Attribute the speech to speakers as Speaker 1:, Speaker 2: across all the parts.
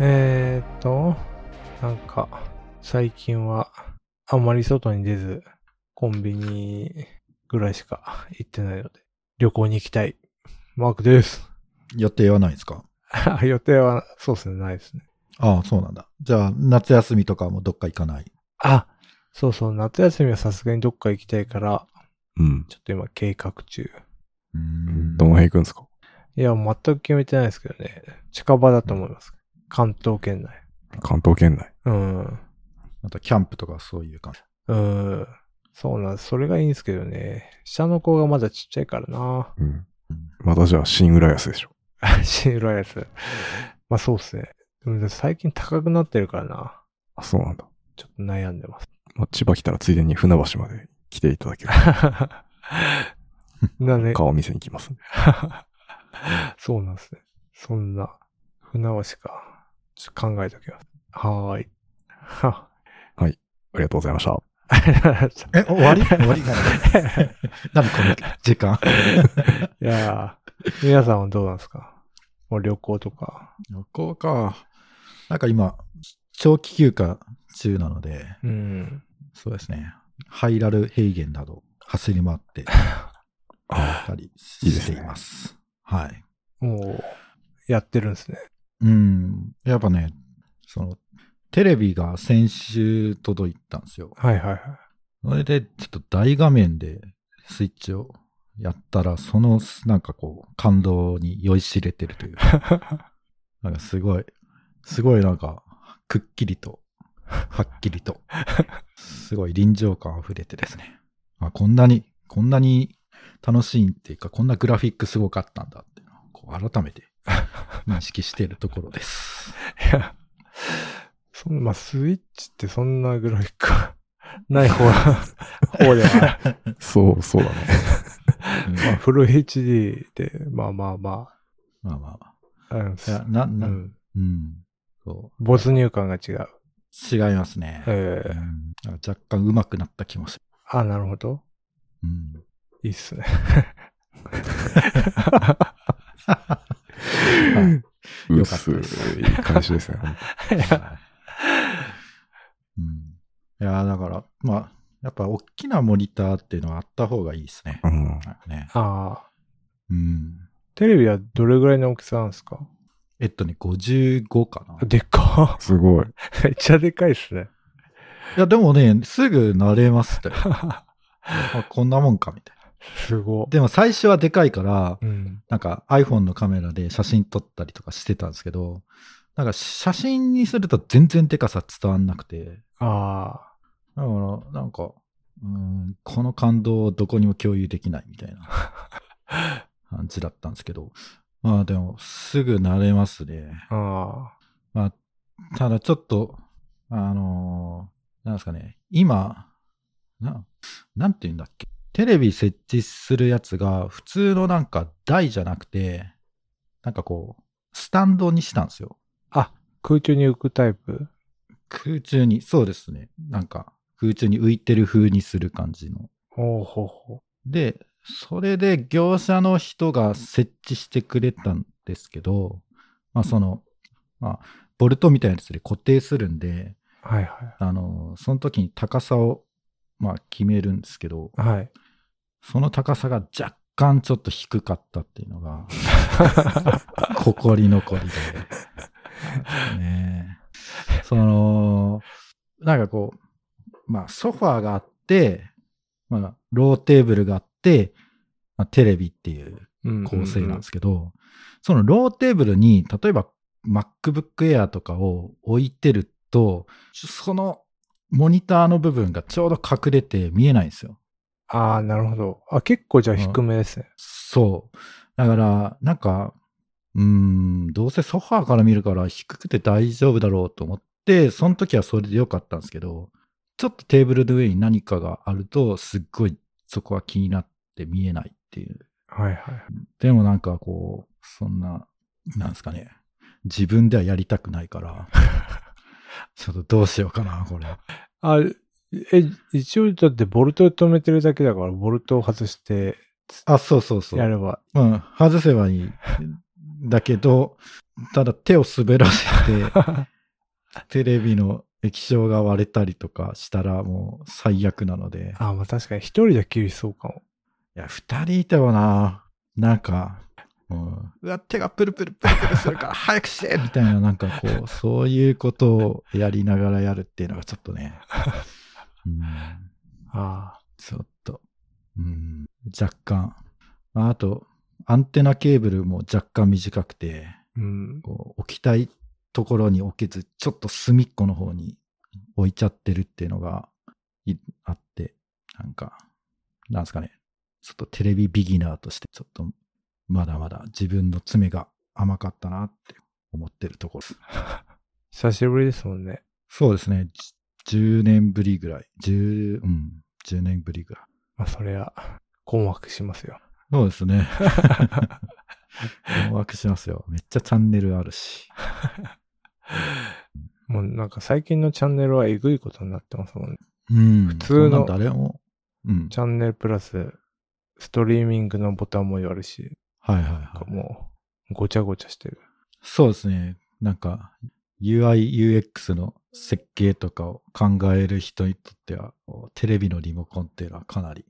Speaker 1: えーっと、なんか、最近は、あんまり外に出ず、コンビニぐらいしか行ってないので、旅行に行きたい。マークです。
Speaker 2: 予定はないですか
Speaker 1: あ予定は、そうですね、ないですね。
Speaker 2: ああ、そうなんだ。じゃあ、夏休みとかもどっか行かない。
Speaker 1: あ、そうそう、夏休みはさすがにどっか行きたいから、
Speaker 3: うん。
Speaker 1: ちょっと今計画中。
Speaker 2: うー
Speaker 3: どの辺行くんですか
Speaker 1: いや、全く決めてないですけどね。近場だと思います。関東圏内。
Speaker 3: 関東圏内。
Speaker 1: うん。
Speaker 2: またキャンプとかそういう感じ。
Speaker 1: うん。そうなんです。それがいいんですけどね。下の子がまだちっちゃいからな。
Speaker 3: うん。またじゃあ、新浦安でしょ。
Speaker 1: 新浦安。まあそうっすね。でも最近高くなってるからな。
Speaker 3: あ、そうなんだ。
Speaker 1: ちょっと悩んで ます。
Speaker 3: まあ、千葉来たらついでに船橋まで来ていただける
Speaker 1: なんで、
Speaker 3: 顔見せに来ますんで。
Speaker 1: そうなんですね。そんな、船橋か。ちょっと考えときます。はーい。は
Speaker 3: ありがとうございました。
Speaker 2: え、終わり終わりなの 何この時間。
Speaker 1: いやー、皆さんはどうなんですかもう旅行とか。
Speaker 2: 旅行か。なんか今、長期休暇中なので、
Speaker 1: うん。
Speaker 2: そうですね。ハイラル平原など走り回って
Speaker 3: あ
Speaker 2: たりしています。はい。
Speaker 1: もう、やってるんですね。
Speaker 2: うん。やっぱね、その、テレビが先週届いたんですよ。
Speaker 1: はいはいはい。
Speaker 2: それで、ちょっと大画面でスイッチをやったら、その、なんかこう、感動に酔いしれてるとい うか。なんかすごい、すごいなんか、くっきりと、はっきりと、すごい臨場感あふれてですね。あ、こんなに、こんなに楽しいっていうか、こんなグラフィックすごかったんだっていうのをこう改めて認識しているところ です。
Speaker 1: いや、 そんまあ、スイッチってそんなグラフィックは ない方は、方ではある。
Speaker 3: あ、そう、そうだね。
Speaker 2: うん
Speaker 1: まあ、フル HD で、まあまあま
Speaker 2: まあまあま
Speaker 1: あ、あの
Speaker 2: あ。いや、な、
Speaker 1: う
Speaker 2: な、
Speaker 1: ん、
Speaker 2: うん。そ
Speaker 1: 没入感が違う。
Speaker 2: う。違いますね。
Speaker 1: ええ
Speaker 2: うんなんか若干上手くなった気もする。
Speaker 1: あ、なるほど。
Speaker 2: うん、
Speaker 1: いいっすね。
Speaker 2: よかった
Speaker 3: 薄い
Speaker 2: です
Speaker 3: 返しですね。
Speaker 1: いや
Speaker 2: うんいやーだから、まあ、やっぱ大きなモニターっていうのはあった方がいいですね
Speaker 3: う。ん。
Speaker 2: なんかね
Speaker 1: ああ、
Speaker 2: うん、
Speaker 1: テレビはどれぐらいの大きさなんですか
Speaker 2: えっとね、55かな。
Speaker 1: あでっか
Speaker 3: すごい。
Speaker 1: めっちゃでかいっすね。
Speaker 2: いや、でもね、すぐ慣れますって。 あこんなもんか、みたいな。
Speaker 1: すご。
Speaker 2: でも最初はでかいから、
Speaker 1: うん。
Speaker 2: なんか iPhone のカメラで写真撮ったりとかしてたんですけど、なんか写真にすると全然でかさ伝わんなくて、
Speaker 1: あ
Speaker 2: だから、なんか、うん、この感動をどこにも共有できないみたいな感じだったんですけど、まあでも、すぐ慣れますね。
Speaker 1: あ、あ
Speaker 2: まあ、ただちょっと、あのーなんですかね、今、な、なんて言うんだっけ、テレビ設置するやつが、普通のなんか台じゃなくて、なんかこう、スタンドにしたんですよ。
Speaker 1: あ。あ、空中に浮くタイプ
Speaker 2: 空中に、そうですね。なんか、空中に浮いてる風にする感じの。
Speaker 1: ほうほうほ
Speaker 2: で、それで業者の人が設置してくれたんですけど、まあその、まあ、ボルトみたいなやつで固定するんで、
Speaker 1: う。はいは
Speaker 2: あの、その時に高さを、まあ決めるんですけど、
Speaker 1: い。はい。
Speaker 2: その高さが若干ちょっと低かったっていうのが、心残りで。ねえその、なんかこう、まあソファーがあって、まあローテーブルがあって、まあ、テレビっていう
Speaker 1: うん
Speaker 2: 構成なんですけど、そのローテーブルに、例えば MacBook Air とかを置いてると、そのモニターの部分がちょうど隠れて見えないんですよ。
Speaker 1: ああ、なるほど。あ、結構じゃあ低めですね。
Speaker 2: そう。だから、なんか、うーん、どうせソファーから見るから低くて大丈夫だろうと思って、その時はそれでよかったんですけど、ちょっとテーブルの上に何かがあると、すっごいそこは気になって見えないっていう。
Speaker 1: はいはい。
Speaker 2: でもなんかこう、そんな、なんですかね、自分ではやりたくないから、ちょっとどうしようかな、これ。
Speaker 1: あ、え、一応だってボルトを止めてるだけだから、ボルトを外して
Speaker 2: あ、そうそうそう。
Speaker 1: やれば。
Speaker 2: うん、外せばいい。だけど、ただ手を滑らせて、テレビの液晶が割れたりとかしたらもう最悪なので。
Speaker 1: あ、まあ確かに一人じゃ厳しそうかも。
Speaker 2: いや、二人いてもな、なんか、うん、うわ、手がプルプルプルプルするから早くしてみたいな、なんかこう、そういうことをやりながらやるっていうのがちょっとね、うん、
Speaker 1: あ
Speaker 2: ちょっと、うん、若干。まああと、アンテナケーブルも若干短くて、
Speaker 1: ーうん。
Speaker 2: こう置きたいところに置けず、ちょっと隅っこの方に置いちゃってるっていうのがいあって、なんか、なんですかね、ちょっとテレビビギナーとして、ちょっとまだまだ自分の爪が甘かったなって思ってるところです。
Speaker 1: 久しぶりですもんね。
Speaker 2: そうですね、じ10年ぶりぐらい、10、うん、10年ぶりぐらい。
Speaker 1: まあそりゃ、困惑しますよ。
Speaker 2: そうで すね。困惑しますよ。めっちゃチャンネルあるし。
Speaker 1: もうなんか最近のチャンネルはえぐいことになってますもんね。
Speaker 2: うん、普
Speaker 1: 通の
Speaker 2: 誰も、うん、
Speaker 1: チャンネルプラス、ストリーミングのボタンもあるし、
Speaker 2: はいはいは
Speaker 1: な
Speaker 2: い
Speaker 1: ん。かもう、ごちゃごちゃしてる。
Speaker 2: そうですね。なんか、UI、UX の設計とかを考える人にとっては、こうテレビのリモコンっていうのはかなり、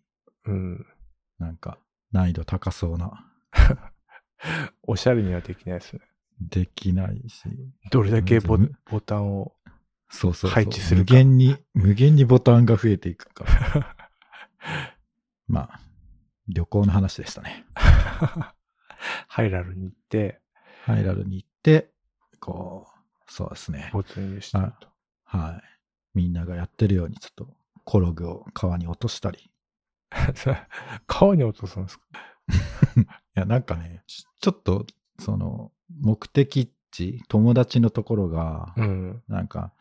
Speaker 1: うん。
Speaker 2: なんか、難易度高そうな、
Speaker 1: おしゃれにはできないですね。
Speaker 2: できないし、
Speaker 1: どれだけボ
Speaker 2: うん
Speaker 1: ボタンを。
Speaker 2: そうそうそう
Speaker 1: 配置する
Speaker 2: 無
Speaker 1: か
Speaker 2: 限に、無限にボタンが増えていくから。 まあ、旅行の話でしたね。
Speaker 1: ハイラルに行って、
Speaker 2: ハイラルに行って、こう、そうですね。
Speaker 1: 没入してると。
Speaker 2: はい。みんながやってるように、ちょっと、コログを川に落としたり、
Speaker 1: 川に落とすんですか
Speaker 2: いや、なんかね、ちちょっと、その、目的地、友達のところが、
Speaker 1: うん。
Speaker 2: なんか、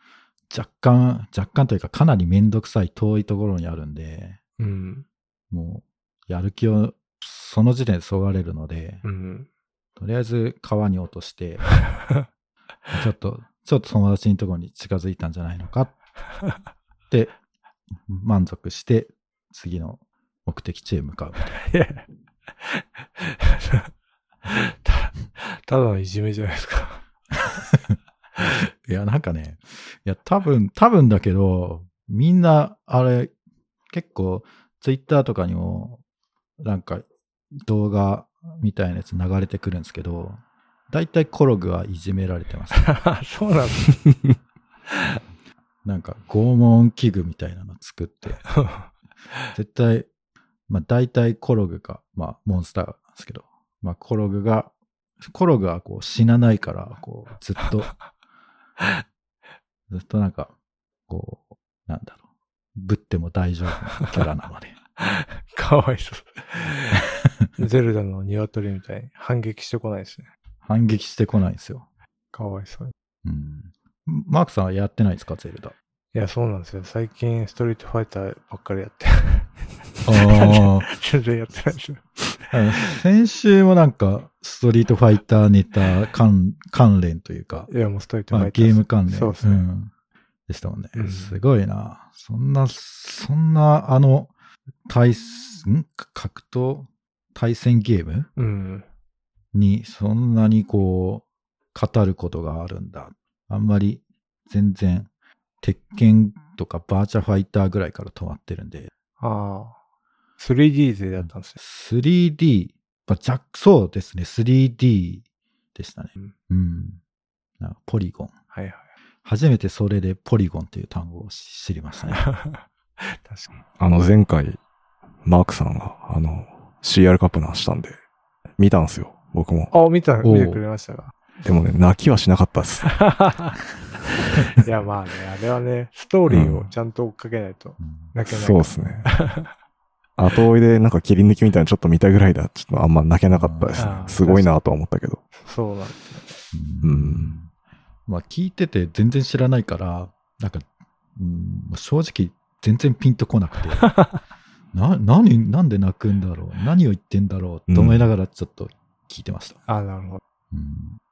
Speaker 2: 若干、若干というか、かなりめんどくさい遠いところにあるんで、
Speaker 1: うん。
Speaker 2: もう、やる気を、その時点でそがれるので、
Speaker 1: うん。
Speaker 2: とりあえず川に落と して、ちょっと、ちょっと友達のところに近づいたんじゃな いのかって、満足して、次の目的地へ向かう。
Speaker 1: いやた、ただのいじめじゃないですか。
Speaker 2: いや、なんかね、いや、多分、多分だけど、みんな、あれ、結構、ツイッターとかにも、なんか、動画みたいなやつ流れてくるんですけど、大体コログはいじめられてます。
Speaker 1: そうなんです
Speaker 2: なんか、拷問器具みたいなの作って、絶対、まあ大体コログか、まあモンスターなんですけど、まあコログが、コログはこう死なないから、こうずっと、ずっとなんか、こう、なんだろう、ぶっても大丈夫なキャラなので。
Speaker 1: かわい そう。ゼルダの鶏みたいに反撃してこないですね。
Speaker 2: 反撃してこないんですよ。
Speaker 1: かわいそうに。
Speaker 2: うん。マークさんはやってないですか、ゼルダ。
Speaker 1: いや、そうなんですよ。最近、ストリートファイターばっかりやって、
Speaker 2: あ
Speaker 1: 全然やってないですよ。
Speaker 2: あ。 先週もなんか、ストリートファイターネタ関関連というか、
Speaker 1: いや、もうストリート
Speaker 2: ま
Speaker 1: ファ
Speaker 2: あ、
Speaker 1: イター
Speaker 2: ゲーム関連。
Speaker 1: そうですね。
Speaker 2: んでしたもんね。
Speaker 1: うん
Speaker 2: すごいな。そんな、そんな、あの、対す、ん格闘対戦ゲーム
Speaker 1: うん。
Speaker 2: に、そんなにこう、語ることがあるんだ。あんまり、全然、鉄拳とかバーチャファイターぐらいから止まってるんで、
Speaker 1: ああ。3D 勢だったんですよ。
Speaker 2: 3D、まあ、ジャック、そうですね、3D でしたね。
Speaker 1: うん
Speaker 2: うん。なんかポリゴン。
Speaker 1: はいはい。
Speaker 2: 初めてそれでポリゴンという単語を知りましたね。
Speaker 1: 確かに。
Speaker 3: あの、前回、マークさんが、あの、CR カップの話したんで、見たんすよ、僕も。
Speaker 1: あ、見た、
Speaker 2: おう
Speaker 1: 見てくれましたか。
Speaker 3: でもね、泣きはしなかったっす。
Speaker 1: いや、まあね、あれはね、ストーリーをちゃんと追っかけないと泣けない。
Speaker 3: そうっすね。後追いでなんか切り抜きみたいなのちょっと見たぐらいだ。ちょっとあんま泣けなかったですね
Speaker 1: あ。ー
Speaker 3: すごいなとは思ったけど。
Speaker 1: そうなんです。
Speaker 2: う
Speaker 3: うんん
Speaker 2: まあ聞いてて全然知らないから、なんか、うん、正直全然ピンとこなくて、な、何、なんで泣くんだろう何を言ってんだろうと思いながらちょっと聞いてました。
Speaker 1: あ、なるほど。
Speaker 2: うん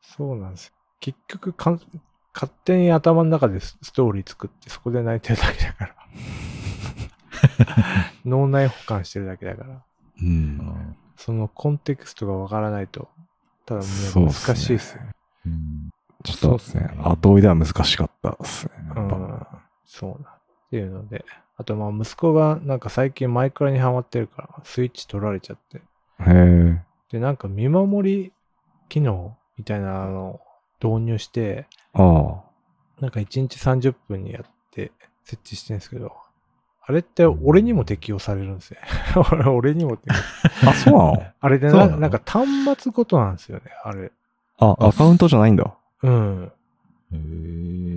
Speaker 1: そうなんですよ。結局かん、勝手に頭の中でスストーリー作って、そこで泣いてるだけだ から。脳内保管してるだけだから。
Speaker 3: う
Speaker 2: あ
Speaker 3: ん。
Speaker 2: の
Speaker 1: そのコンテクストがわからないと、ただもう
Speaker 3: そうっすね
Speaker 1: 難しいですよ。
Speaker 2: うん
Speaker 3: ち
Speaker 2: そ
Speaker 3: ょ
Speaker 2: うっ
Speaker 3: っ
Speaker 2: す
Speaker 3: と
Speaker 2: ね
Speaker 3: ね、後追いでは難しかったですね。
Speaker 1: う
Speaker 3: やっぱ
Speaker 1: ん。そうだ。っていうので。あとまあ息子がなんか最近マイクラにハマってるから、スイッチ取られちゃって。
Speaker 3: へえ。
Speaker 1: で、なんか見守り機能みたいなのを導入して、
Speaker 3: あ
Speaker 1: なんか1日30分にやって設置してるんですけど、あれって俺にも適用されるんですね。 俺俺にも適用。
Speaker 3: あ。あ、そうなの
Speaker 1: あれで
Speaker 2: そう
Speaker 1: な
Speaker 2: なの
Speaker 1: なんか端末ごとなんですよね、あれ。
Speaker 3: あ、アカウントじゃないんだ。
Speaker 1: うん。
Speaker 2: へ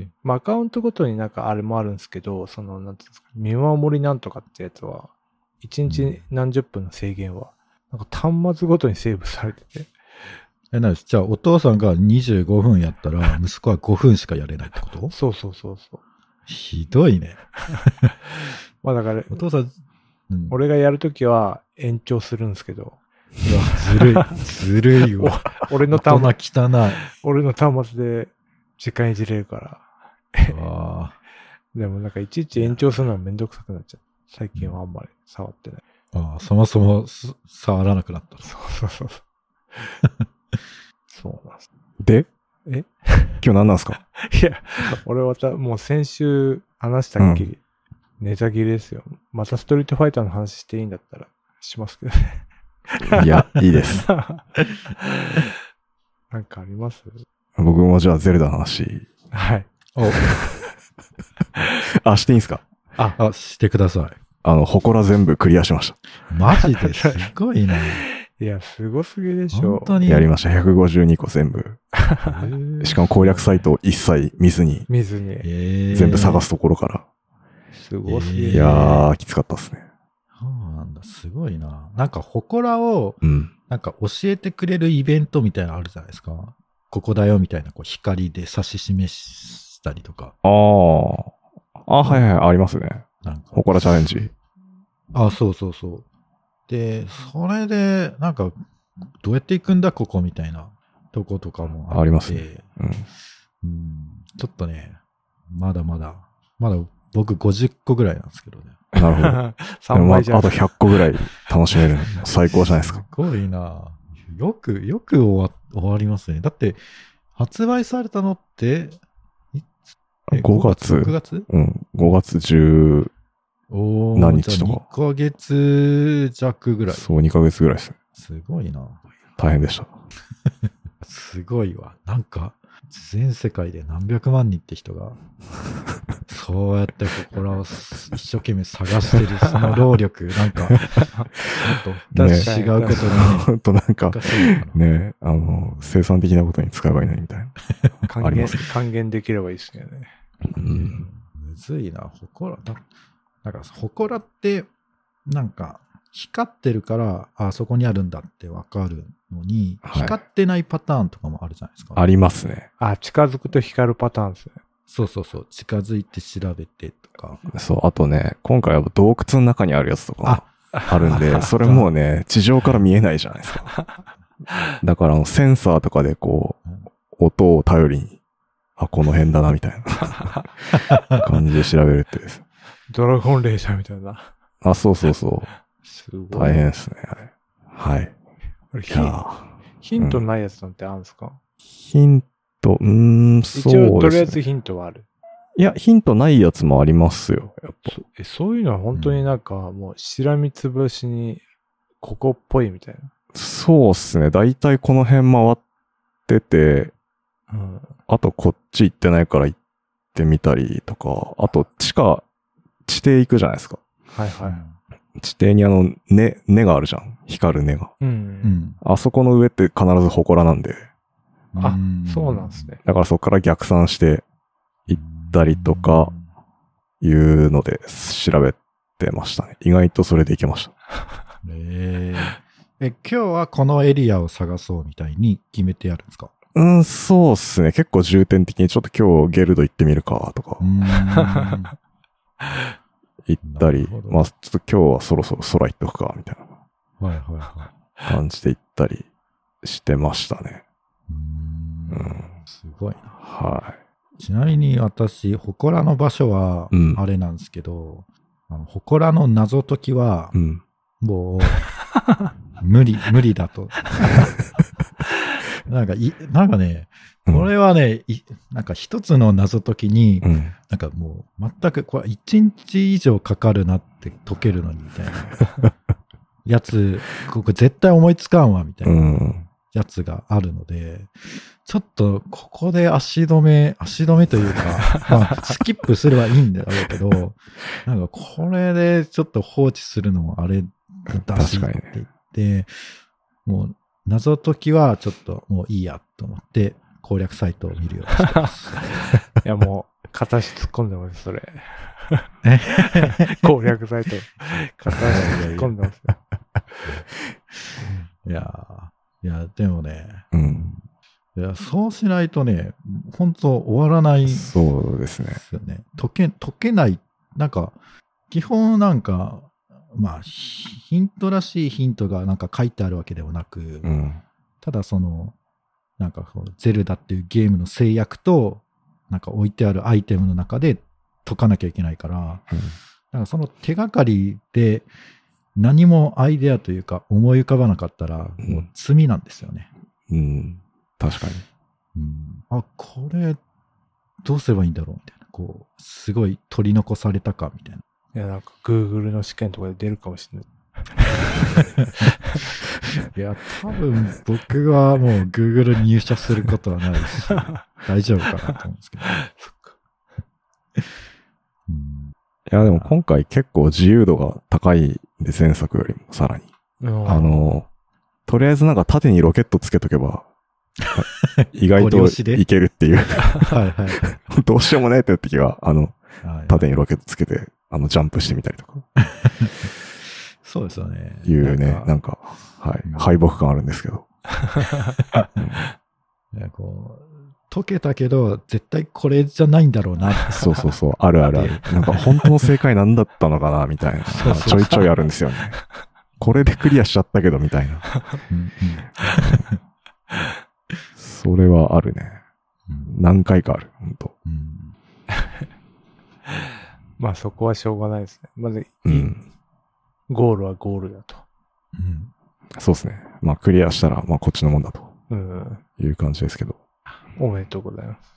Speaker 2: え。
Speaker 1: まあ、アカウントごとになんかあれもあるんですけど、その、なんていうんですか、見守りなんとかってやつは、1日何十分の制限は、なんか端末ごとにセーブされてて、
Speaker 2: え、なにじゃあ、お父さんが25分やったら、息子は5分しかやれないってこと
Speaker 1: そうそうそうそう。
Speaker 2: ひどいね。
Speaker 1: まあだから、
Speaker 2: お父さん、うん、
Speaker 1: 俺がやるときは延長するんですけど、
Speaker 2: うわずる い、ずるいわ。
Speaker 1: 俺の
Speaker 2: 大
Speaker 1: 端末、
Speaker 2: 人汚い。
Speaker 1: 俺の端末で時間いじれるから、
Speaker 2: うわ
Speaker 1: でもなんかいちいち延長するのはめんどくさくなっちゃう。最近はあんまり触ってない。
Speaker 2: ああそもそもす触らなくなった。
Speaker 1: そうそうそうそう。 そうなんです。
Speaker 3: で
Speaker 1: え
Speaker 3: 今日何なんすか
Speaker 1: いや、俺また、もう先週話したっきり、ネタ切れですよ。またストリートファイターの話していいんだったらしますけどね。
Speaker 3: いや、いいです。
Speaker 1: なんかあります
Speaker 3: 僕もじゃあゼルダの話。
Speaker 1: はい。
Speaker 3: あ、していいんすか
Speaker 1: あ、
Speaker 2: あ、してくださ
Speaker 3: あの、祠全部クリアしました。
Speaker 2: い。マジ ですごいな。
Speaker 1: いや、すごすぎでし
Speaker 2: 本
Speaker 1: ょ。
Speaker 2: 当に。
Speaker 3: やりました。152個全部。
Speaker 2: へえ
Speaker 3: しかも攻略サイトを一切見ずに、
Speaker 1: 見ずに。
Speaker 2: ええ
Speaker 3: 全部探す。ところから。
Speaker 1: すごすぎ
Speaker 2: えー
Speaker 1: る
Speaker 3: いやー、きつかったっすね。
Speaker 2: そうなんだ、すごいな。なんか、祠を、
Speaker 3: うん。
Speaker 2: なんか教えてくれるイベントみたいなのあるじゃないですか。ここだよみたいな、こう、光で指し示したりとか。
Speaker 3: あー。あ、はいはい、ありますね。
Speaker 2: なんか。
Speaker 3: ほこらチャレンジ。
Speaker 2: あ、そうそうそう。で、それで、なんか、どうやって行くんだ、ここみたいなとことかもって
Speaker 3: ありますね。うん。
Speaker 2: うん。ちょっとね、まだまだ、まだ僕50個ぐらいなんですけどね。
Speaker 3: な るほど。で
Speaker 1: 3
Speaker 3: もまあ、あ
Speaker 1: 倍じゃん。
Speaker 3: と100個ぐらい楽しめるの。最高じゃないですか。。
Speaker 2: すごいなよく、よく終わ終わりますね。だって、発売されたのって、いつえ
Speaker 3: 5月
Speaker 2: 6月
Speaker 3: うん。5月10、
Speaker 2: おお。
Speaker 3: 何日とか
Speaker 2: じゃあ2ヶ月弱ぐらい。
Speaker 3: そう、2ヶ月ぐらいですね。
Speaker 2: すごいな
Speaker 3: 大変でした。
Speaker 2: すごいわ。なんか、全世界で何百万人って 人が、そうやって心を一生懸命探してる、その労 力、なんか、ちょっと
Speaker 3: ね
Speaker 2: 違うこと
Speaker 3: ほ んとなん
Speaker 2: が
Speaker 3: か
Speaker 2: ね、、難しいのかな。
Speaker 3: ね、あの、生産的なことに使えばいいのにみたいな。
Speaker 1: 還
Speaker 3: あり
Speaker 1: 元
Speaker 3: ます、
Speaker 1: 還元できればいいですけどね。
Speaker 3: うん。
Speaker 2: むずいな、ほこら、だ、だからさ、ほこらって、なんか、光ってるから、あ、そこにあるんだってわかるのに、
Speaker 3: はい
Speaker 2: 光ってないパターンとかもあるじゃないですか。
Speaker 3: ありますね。
Speaker 1: あ、近づくと光るパターンですね。
Speaker 2: そうそうそう、近づいて調べてとか。
Speaker 3: そう、あとね、今回は洞窟の中にあるやつと
Speaker 2: あ
Speaker 3: か、ある んで、それもうね、地上から見えないじゃないですか。だからあの、センサーとかでこ
Speaker 2: うん
Speaker 3: う、音を頼りに、あ、この辺だな、みたい な感じで調べるってです。
Speaker 1: ドラゴンレーシャーみたいな。
Speaker 3: あ、そうそうそ。。
Speaker 1: すごいう
Speaker 3: 大変ですね、あれ。はい。
Speaker 1: これ
Speaker 3: い
Speaker 1: ヒ
Speaker 3: や
Speaker 1: ン。
Speaker 3: ー
Speaker 1: ヒントないやつなんてあるんですか、
Speaker 3: ヒント、うーん、そう
Speaker 1: 一応、とりあえ
Speaker 3: です、
Speaker 1: ず
Speaker 3: ね。
Speaker 1: ヒントはある。
Speaker 3: いや、ヒントないやつもありますよ。やっぱ
Speaker 1: そえそういうのは本当になんか、もう、しらみつぶしに、ここっぽいみたい
Speaker 3: そうっすね。だいたいこの辺回ってて、
Speaker 1: な。うん。
Speaker 3: あとこっち行ってないから行ってみたりとか、あと地下、地底行くじゃないですか。
Speaker 1: はいはい。
Speaker 3: 地底にあの根、根があるじゃん。光る根が。
Speaker 1: うん。
Speaker 2: うん。
Speaker 3: あそこの上って必ず祠なんで。
Speaker 1: あそうなんですね。
Speaker 3: だからそこから逆算して行ったりとかいうので調べてましたね。意外とそれで行けました。
Speaker 2: うん。ええ今日はこのエリアを探そうみたいに決めてやるんですか
Speaker 3: うん、そうっすね。結構重点的にちょっと今日ゲルド行ってみるかとか
Speaker 2: うー ん
Speaker 3: 行った
Speaker 2: な
Speaker 3: り
Speaker 2: るほ、ど
Speaker 3: まあちょっと今日はそろそろ空行っとくかみたいな。
Speaker 2: はいはいは
Speaker 3: 感じで行ったりしてましたね。
Speaker 2: い。うー
Speaker 3: うんん。
Speaker 2: すごいな。
Speaker 3: は
Speaker 2: ちなみに私、祠の場所は
Speaker 3: う、ん
Speaker 2: あれなんですけど、あの祠の謎解きは
Speaker 3: いう、ん。
Speaker 2: もう、無理、無理だと。なんかい、なんかね、
Speaker 3: うん
Speaker 2: これはね、いなんか一つの謎解きに、
Speaker 3: うん。
Speaker 2: なんかもう全く、これ一日以上かかるなって解けるのに、みたいな。やつ、ここ絶対思いつかんわ、みたいうな。
Speaker 3: ん。
Speaker 2: やつがあるので、ちょっとここで足止め、足止めというか、まあ、スキップすればいいんだろうけど、なんかこれでちょっと放置するのもあれだしって
Speaker 3: 確か
Speaker 2: 言って、もう謎解きはちょっともういいやと思って攻略サイトを見るよう にしてます。
Speaker 1: いや、もう、片足突っ込んでます、それ。
Speaker 2: え
Speaker 1: 攻略サイト、片足突っ込んでます。
Speaker 2: いやーいや、でもね、
Speaker 3: うん。
Speaker 2: いやそうしないとね、本当終わらない
Speaker 3: そうですね
Speaker 2: で。すよね。解け、解けない、なんか、基本なんか、まあ、ヒヒントらしいヒントがなんか書いてあるわけでもなく、
Speaker 3: うん。
Speaker 2: ただその、なんかこう、ゼルダっていうゲームの制約と、なんか置いてあるアイテムの中で解かなきゃいけないから、
Speaker 3: うん
Speaker 2: なんかその手がかりで何もアイデアというか思い浮かばなかったら、
Speaker 3: うん
Speaker 2: もう罪なんですよね。
Speaker 3: うん。確かに。
Speaker 2: うんあ、これ、どうすればいいんだろうみたいな。こう、すごい取り残されたかみたいな。
Speaker 1: いや、なんか、Google の試験とかで出るかもしれない。
Speaker 2: いや、多分僕はもう Google に入社することはないし、 大丈夫かなと思うんですけど。
Speaker 1: そっか。
Speaker 2: うん
Speaker 3: いや、でも今回結構自由度が高いんで、前作よりもさらに。
Speaker 1: うん
Speaker 3: あ、の、とりあえずなんか縦にロケットつけとけば、意外
Speaker 2: ご
Speaker 3: と
Speaker 2: 利用しで
Speaker 3: いけるっていう、
Speaker 2: はいはいはい。
Speaker 3: どうしようもないって時は、あの、
Speaker 2: はい
Speaker 3: 縦にロケットつけて、あの、ジャンプしてみたりとか、
Speaker 2: そうですよね。
Speaker 3: いうね、な
Speaker 2: なん
Speaker 3: ん
Speaker 2: か
Speaker 3: か、は
Speaker 2: うん
Speaker 3: い、敗北感あるんですけど。
Speaker 2: いやこう、解けたけど、絶対これじゃないんだろ うな。
Speaker 3: そうそうそう、あるあるある。なんか、本当の正解なんだったのかな、みたいな、
Speaker 2: そうそう
Speaker 3: ちょいちょいあるんですよね。これでクリアしちゃったけど、みたいな。
Speaker 2: うんうん
Speaker 3: それはあるね。
Speaker 2: うん
Speaker 3: 何回かある、本当
Speaker 2: うん
Speaker 1: まあ、そこはしょうがないですね。まず、
Speaker 3: うん。
Speaker 1: ゴールはゴールだと。
Speaker 2: うん
Speaker 3: そうですね。まあ、クリアしたら、まあ、こっちのもんだと
Speaker 1: うん。
Speaker 3: いう感じですけど。
Speaker 1: おめでとうございます。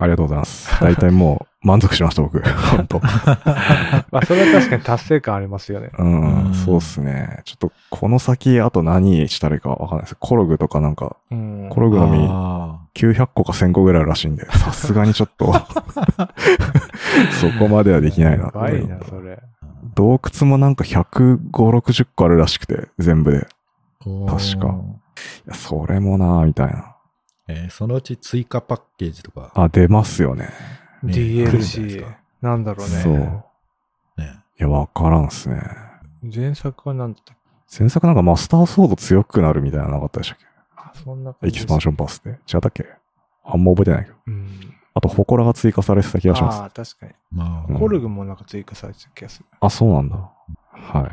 Speaker 3: ありがとうございま す。大体もう満足しました、僕。本当。
Speaker 1: まあ、それは確かに達成感ありますよね。
Speaker 3: う
Speaker 2: うん
Speaker 3: ん、そうっすね。ちょっと、この先、あと何したらいいかわかんないです。コログとかなんか、
Speaker 1: うん。
Speaker 3: コログの実
Speaker 2: あ
Speaker 3: 900個か1000個ぐらいあるらしいんで、さすがにちょっ と、そこまではできないな
Speaker 1: や
Speaker 3: と
Speaker 1: ばい
Speaker 3: 思
Speaker 1: な、
Speaker 3: う。
Speaker 1: それ。
Speaker 2: ー
Speaker 3: 洞窟もなんか150、60個あるらしくて、全部で。い確か。やそれもなぁ、みたいな。
Speaker 2: えーそのうち追加パッケージとか、
Speaker 3: あ、出ますよね。
Speaker 2: ね
Speaker 3: 来るんじゃないです
Speaker 1: DLC
Speaker 3: か。
Speaker 1: なんだろうね。
Speaker 3: そう。い
Speaker 2: ね、
Speaker 3: や、わからんっすね。
Speaker 1: 前作は何だったっけ
Speaker 3: 前作なんかマスターソード強くなるみたいなのなかったでしたっ
Speaker 1: あ、そんな
Speaker 3: けエキスパン
Speaker 1: シ
Speaker 3: ションパスで。違ったっけあんま覚えてないけど。
Speaker 1: ョン。うん。
Speaker 3: あと、祠が追加されてた気がします。
Speaker 1: ああ、確かに。
Speaker 2: まあ、
Speaker 3: うん
Speaker 1: コルグもなんか追加されてた気がする。
Speaker 3: あ、そうなんだ。は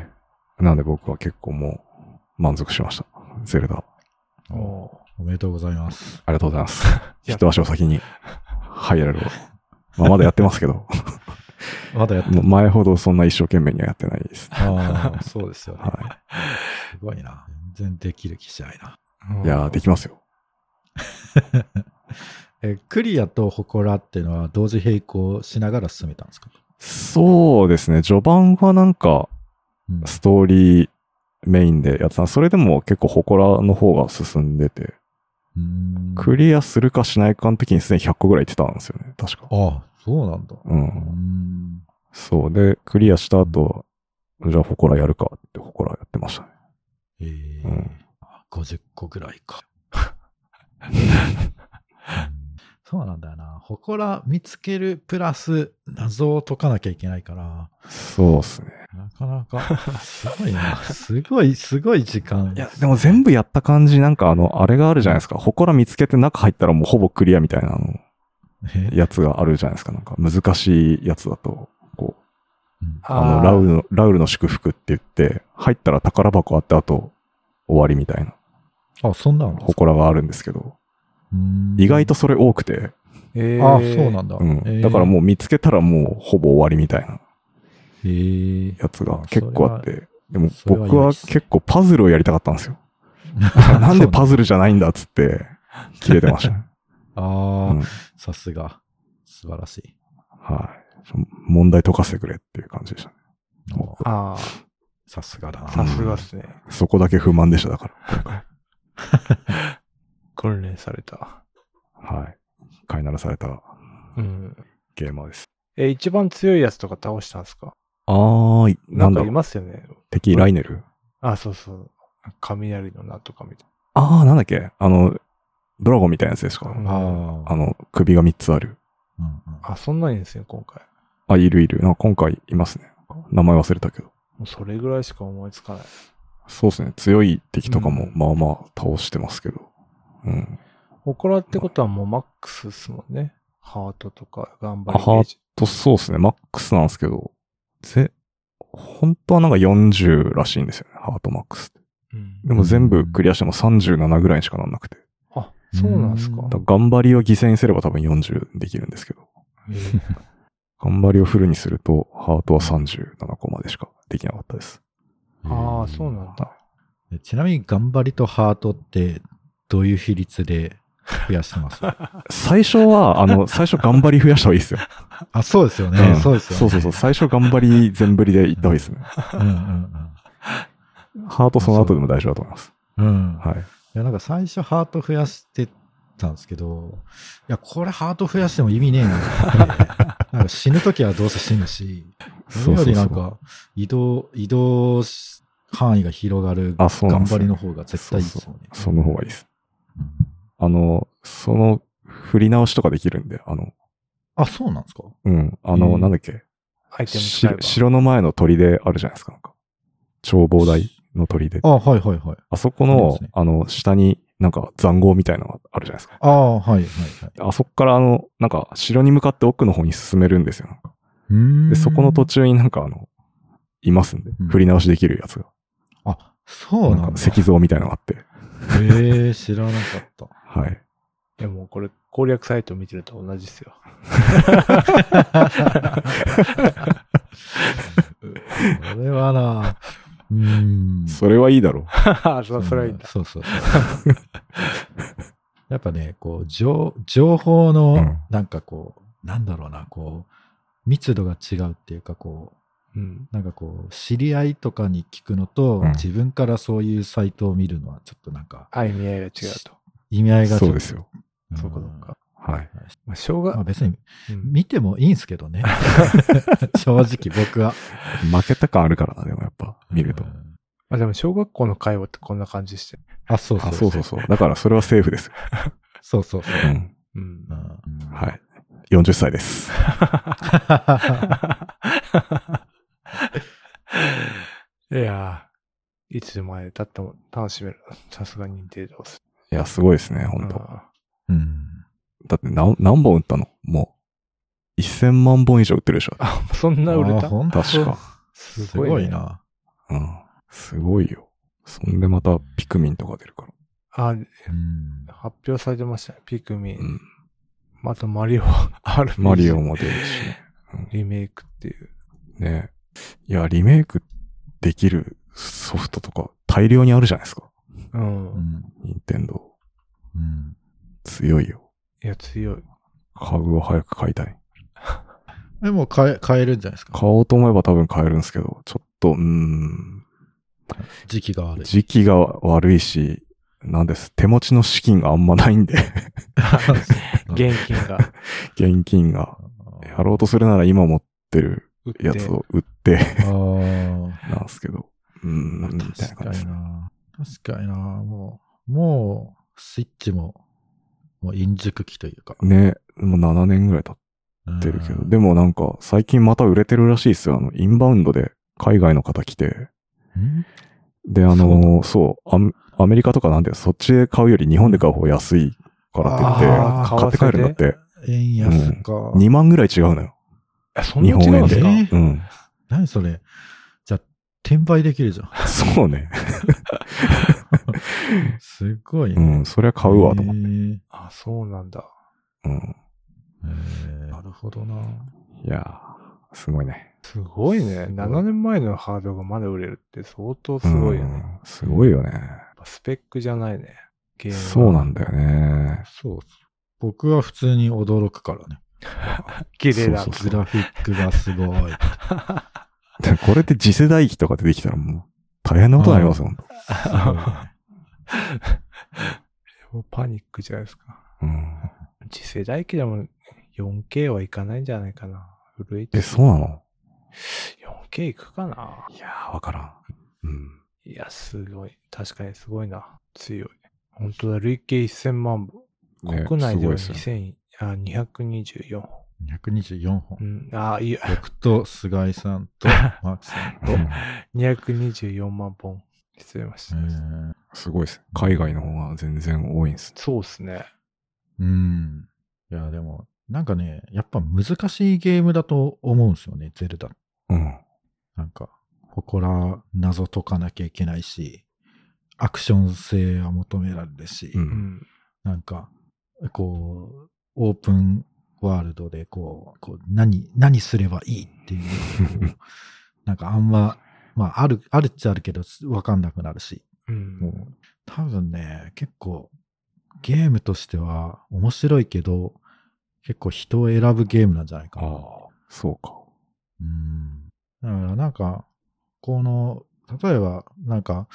Speaker 3: い。なんで僕は結構もう満足しました。ゼルダ。あ
Speaker 2: おおめでとうございます。
Speaker 3: りがとうございます。
Speaker 1: いや
Speaker 3: 一足を先に入られる。まあ、まだやってますけど、
Speaker 2: まだ やって
Speaker 3: もう前ほどそんな一生懸命にはやってないです。
Speaker 2: ああ、そうですよね。
Speaker 3: は
Speaker 2: すごいな。全然できる気しないな。
Speaker 1: うん
Speaker 3: いやー、できますよ。
Speaker 2: え、クリアとホコラっていうのは同時並行しながら進めたんですか
Speaker 3: そうですね。序盤はなんか、
Speaker 2: うん
Speaker 3: ストーリーメインでやってた。それでも結構祠の方が進んでて、
Speaker 2: うん
Speaker 3: クリアするかしないかの時にすでに100個ぐらいいってたんですよね。確か。
Speaker 2: ああ、そうなんだ。
Speaker 3: う。
Speaker 2: うんん。
Speaker 3: そう。で、クリアした後、じゃあ、ほこらやるかって、ほこらやってましたね。
Speaker 2: ええ
Speaker 3: うん
Speaker 2: 50個ぐらい か。うんそうなんだよな。ホコラ見つけるプラス謎を解かなきゃいけないから、
Speaker 3: そうっすね。
Speaker 2: なかなか、すごいな。すごい、すごい時間。
Speaker 3: いや、でも全部やった感じ、なんかあの、あれがあるじゃないですか。ほこら見つけて中入ったらもうほぼクリアみたいなあの、
Speaker 2: え
Speaker 3: やつがあるじゃないですか。なんか難しいやつだと、こう、
Speaker 2: うん
Speaker 3: あの、ラウルの、ラウルの祝福って言って、入ったら宝箱あって、あと、終わりみたいな、
Speaker 2: あ、そんなの
Speaker 3: ほこらがあるんですけど、
Speaker 2: うん
Speaker 3: 意外とそれ多くて、
Speaker 1: え
Speaker 2: ああ、そうなんんだ。
Speaker 3: うん。だからもう見つけたらもうほぼ終わりみたいな
Speaker 2: う、へえ
Speaker 3: やつが結構あって、でも
Speaker 2: それは
Speaker 3: 僕
Speaker 2: 良い
Speaker 3: は
Speaker 2: っすね
Speaker 3: 結構パズルをやりたかったんですよ。なんでパズルじゃないんだっつって、切れてましたね。
Speaker 2: ああ、
Speaker 3: うん
Speaker 2: さすが。素晴らしい。
Speaker 3: はい。問題解かせてくれっていう感じでしたね。
Speaker 2: お
Speaker 1: あ
Speaker 2: さすがだ
Speaker 1: あ、
Speaker 2: な。
Speaker 1: さすがっすね。
Speaker 3: そこだけ不満でした、だから。
Speaker 1: 訓練された。
Speaker 3: はい。飼いならされた
Speaker 1: うん。
Speaker 3: ゲーマーです。
Speaker 1: え、一番強いやつとか倒したんですか
Speaker 3: あー、
Speaker 1: な
Speaker 3: なんん
Speaker 1: か
Speaker 3: だ
Speaker 1: い
Speaker 3: ろう。
Speaker 1: ますよね。
Speaker 3: 敵、ライネル。
Speaker 1: あ、そうそう。雷のなんとかみたい
Speaker 3: あー、なんだっけあの、ドラゴンみたいなやつですか、
Speaker 1: うん
Speaker 2: ああ、
Speaker 3: あの、首が3つ ある。
Speaker 2: うん
Speaker 1: な。あ、そんなにですね、今回。
Speaker 3: あ、いるいる。なんか今回いますね。名前忘れたけど。
Speaker 1: もうそれぐらいしか思いつかない。
Speaker 3: そうですね。強い敵とか
Speaker 1: う
Speaker 3: も
Speaker 1: ん
Speaker 3: まあまあ倒してますけど。うん。
Speaker 1: オコラってことはもうマックスっすもんね。ハートとか、頑張
Speaker 3: あ
Speaker 1: りゲージ。
Speaker 3: と、そうですね。マックスなんですけど、ぜ、本当はなんか40らしいんですよね。ハートマックスって。
Speaker 1: うん
Speaker 3: でも全部クリアしても37ぐらいにしかなんなくて。
Speaker 1: あ、そうなんすか
Speaker 2: う。
Speaker 3: だから頑張りを犠牲にすれば多分40できるんですけど。頑張りをフルにすると、ハートは37個までしかできなかったです。
Speaker 2: うん
Speaker 1: ああ、そうなんだ。
Speaker 2: えちなみに、頑張りとハートって、どういう比率で増やしてます
Speaker 3: 最初は、あの、最初頑張り増やした方がいいですよ。
Speaker 2: あ、そうですよね。
Speaker 3: ん
Speaker 2: そうですよね。
Speaker 3: そうそうそう。最初頑張り全振りでいった方がいいですね。
Speaker 2: うんうん
Speaker 3: ハートその後でも大丈夫だと思います。
Speaker 2: うん。うん。い
Speaker 3: はい。
Speaker 2: や、なんか最初ハート増やしてたんですけど、いや、これハート増やしても意味ねえな って。なんか死ぬときはどうせ死ぬし、それよりなんか移動、移動し範囲が広がる
Speaker 3: あそうな
Speaker 2: 頑
Speaker 3: んです
Speaker 2: 張
Speaker 3: よ
Speaker 2: りの方が絶対いいですよね。
Speaker 3: その方がいいです。
Speaker 2: うん
Speaker 3: あの、その、振り直しとかできるんで、あの、
Speaker 2: あ、そうなんですか
Speaker 3: うん、あ
Speaker 2: う
Speaker 3: の、
Speaker 2: ん
Speaker 3: なんだっけ、
Speaker 1: アイテム使えば
Speaker 3: 白城の前の砦あるじゃないですか、なんか。眺望台の砦。
Speaker 2: あ、はいはいはい。
Speaker 3: あそこ
Speaker 2: ありま
Speaker 3: の
Speaker 2: すね、
Speaker 3: あの、下になんか残壕みたいなのがあるじゃないですか。
Speaker 2: ああ、はいはいはい。
Speaker 3: あそこからあの、なんか、城に向かって奥の方に進めるんですよ。
Speaker 2: うーん
Speaker 3: で、そこの途中になんかあの、いますんで
Speaker 2: うん、
Speaker 3: 振り直しできるやつが。
Speaker 2: あ、そう
Speaker 3: な
Speaker 2: なんん
Speaker 3: か
Speaker 2: だ。
Speaker 3: 石像みたいなのがあって。
Speaker 2: ええ、知らなかった。
Speaker 3: はい。
Speaker 1: いやもうこれ攻略サイト見てると同じっ すよ。
Speaker 2: これはな、うーん。
Speaker 3: それはいいだろ
Speaker 1: そうそれはいいんだ。
Speaker 2: そうそうそう やっぱね、こう、情情報
Speaker 3: う
Speaker 2: の
Speaker 3: ん、
Speaker 2: なんかこう、なんだろうな、こう、密度が違うっていうか、こう、
Speaker 1: うん。
Speaker 2: なんかこう、知り合いとかに聞くのと、
Speaker 3: うん
Speaker 2: 自分からそういうサイトを見るのは、ちょっとなんか、
Speaker 1: 相見合いが違うと。
Speaker 2: 意味合
Speaker 3: う。
Speaker 2: いが
Speaker 3: そうですよ。
Speaker 2: ち
Speaker 1: そ
Speaker 2: ょっ
Speaker 1: うか
Speaker 2: と
Speaker 1: そ
Speaker 2: うん
Speaker 1: うか。
Speaker 3: はい。
Speaker 1: まあ、しょう
Speaker 2: まあ
Speaker 1: が、
Speaker 2: 別に、
Speaker 1: うん
Speaker 2: 見てもいいんすけどね。正直僕は。
Speaker 3: 負けた感あるからな、でもやっぱ、見ると
Speaker 2: う。ん
Speaker 1: まあでも小学校の会話ってこんな感じして。
Speaker 2: あ、そうそ
Speaker 3: あ
Speaker 2: う
Speaker 3: そうそうそう。だからそれはセーフですよ。
Speaker 2: そうそう
Speaker 3: う
Speaker 2: そう。
Speaker 3: ん。
Speaker 1: うん
Speaker 2: う。ん
Speaker 3: はい。40歳です。
Speaker 1: いやーいつまで経っても楽しめる。さすが認定上す。
Speaker 3: いや、すごいですね、本当
Speaker 1: あ
Speaker 2: うん。
Speaker 3: だって何、何本打ったのもう、1000万本以上打ってるでしょ。
Speaker 1: ーそんな売れ
Speaker 2: あ
Speaker 1: た
Speaker 2: 本当
Speaker 3: 確か。
Speaker 1: す
Speaker 2: すごい
Speaker 1: ね。
Speaker 2: な。
Speaker 3: うん。すごいよ。そんでまた、ピクミンとか出るから。
Speaker 1: あ、
Speaker 2: うん
Speaker 1: 発表されてましたね。ピクミン。
Speaker 3: うん。
Speaker 1: あとマリオ、ある。
Speaker 3: マリオ。も出るしね。
Speaker 1: リメイクっていう。
Speaker 3: ねいや、リメイクできるソフトとか、大量にあるじゃないですか。
Speaker 1: う。
Speaker 2: うんん
Speaker 3: 任天堂
Speaker 2: うん
Speaker 3: 強いよ。
Speaker 1: いや、強い。
Speaker 3: 家具を早く買いたい。
Speaker 2: でも変え、変えるんじゃないですか
Speaker 3: 買おうと思えば多分買えるんですけど、ちょっと、うーん、
Speaker 2: 時期が悪い。
Speaker 3: 時期が悪いし、なんです。手持ちの資金があんまないんで、
Speaker 1: 現金 が。
Speaker 3: 現金が。やろうとするなら今持ってる
Speaker 1: 売って
Speaker 3: やつを売って、
Speaker 2: あー
Speaker 3: なんですけど。うーん、みたいな
Speaker 2: 確か
Speaker 3: 感じで
Speaker 2: に
Speaker 3: す。
Speaker 2: な。確かにな。もう、もう、スイッチも、もう、陰熟期というか。
Speaker 3: ね、もう7年ぐらい経ってるけど。でもなんか、最近また売れてるらしいですよ。あの、インバウンドで海外の方来て。
Speaker 2: うん
Speaker 3: で、あのーそうアメ、アメリカとかなんで、そっちで買うより日本で買う方が安いからって言
Speaker 1: あ
Speaker 3: っ
Speaker 1: ー
Speaker 3: て、買って帰るんだって。
Speaker 2: 円安か。
Speaker 3: 2万ぐらい違うのよ。
Speaker 1: えそんな違
Speaker 3: 日
Speaker 1: う
Speaker 3: 本
Speaker 1: ん
Speaker 3: 円
Speaker 1: で
Speaker 3: です
Speaker 1: か
Speaker 2: え
Speaker 3: うん。
Speaker 2: 何それじゃあ、転売できるじゃん。
Speaker 3: そうね。
Speaker 2: すごい、
Speaker 3: う
Speaker 2: ね。
Speaker 3: ん、そりゃ買うわと思って。
Speaker 2: 思
Speaker 1: あ、そうなんだ。
Speaker 3: うん。
Speaker 2: なるほどな。
Speaker 3: いやー、すごいね。
Speaker 1: すごいね。
Speaker 2: すごい
Speaker 1: 7年前のハードがまだ売れるって相当すごいよね。
Speaker 3: う
Speaker 1: やっ
Speaker 3: ん。すごいよね。
Speaker 1: ぱスペックじゃないね。ゲームは。
Speaker 3: そうなんだよね。
Speaker 2: そうそう。僕は普通に驚くからね。
Speaker 1: 綺麗だ
Speaker 3: そう。そう
Speaker 2: グラフィックがすご い。
Speaker 3: でこれって次世代機とか出てきたらもう大変なことになりますよ、ほんと
Speaker 2: すごいね
Speaker 1: もうパニックじゃないですか。
Speaker 3: うん。
Speaker 1: 次世代機でも 4K はいかないんじゃないかな。古い
Speaker 3: え、
Speaker 1: です。
Speaker 3: そうなの
Speaker 1: 4K いくかない
Speaker 3: やー、わからん。うん。
Speaker 1: いや、すごい。確かにすごいな。強い。本当だ、累計1000万部。
Speaker 3: ね
Speaker 1: 国内では
Speaker 3: すごいっすよね
Speaker 1: 2000、あ、224本。
Speaker 2: 224本
Speaker 1: う。ん、あ、いや、
Speaker 2: 僕と菅井さんとマークさんと。
Speaker 3: うん
Speaker 1: 224万本。失礼しました。
Speaker 2: えー
Speaker 3: すごいですね。海外の方が全然多いんです。
Speaker 1: そうっすね。
Speaker 2: うん。いや、でも、なんかね、やっぱ難しいゲームだと思うんですよね、ゼルダ。
Speaker 3: うん。
Speaker 2: なんか、祠謎解かなきゃいけないし、アクション性は求められるし、
Speaker 3: うん
Speaker 1: うん。
Speaker 2: なんか、こう、オープンワールドでこう、こう何、何すればいいっていうのをこう、なんかあんま、まあ、ある、あるっちゃあるけど、わかんなくなるし、
Speaker 1: うん。
Speaker 2: もう、多分ね、結構、ゲームとしては面白いけど、結構人を選ぶゲームなんじゃないかな。
Speaker 3: ああ、そうか。
Speaker 2: うん。だからなんか、この、例えば、なんか、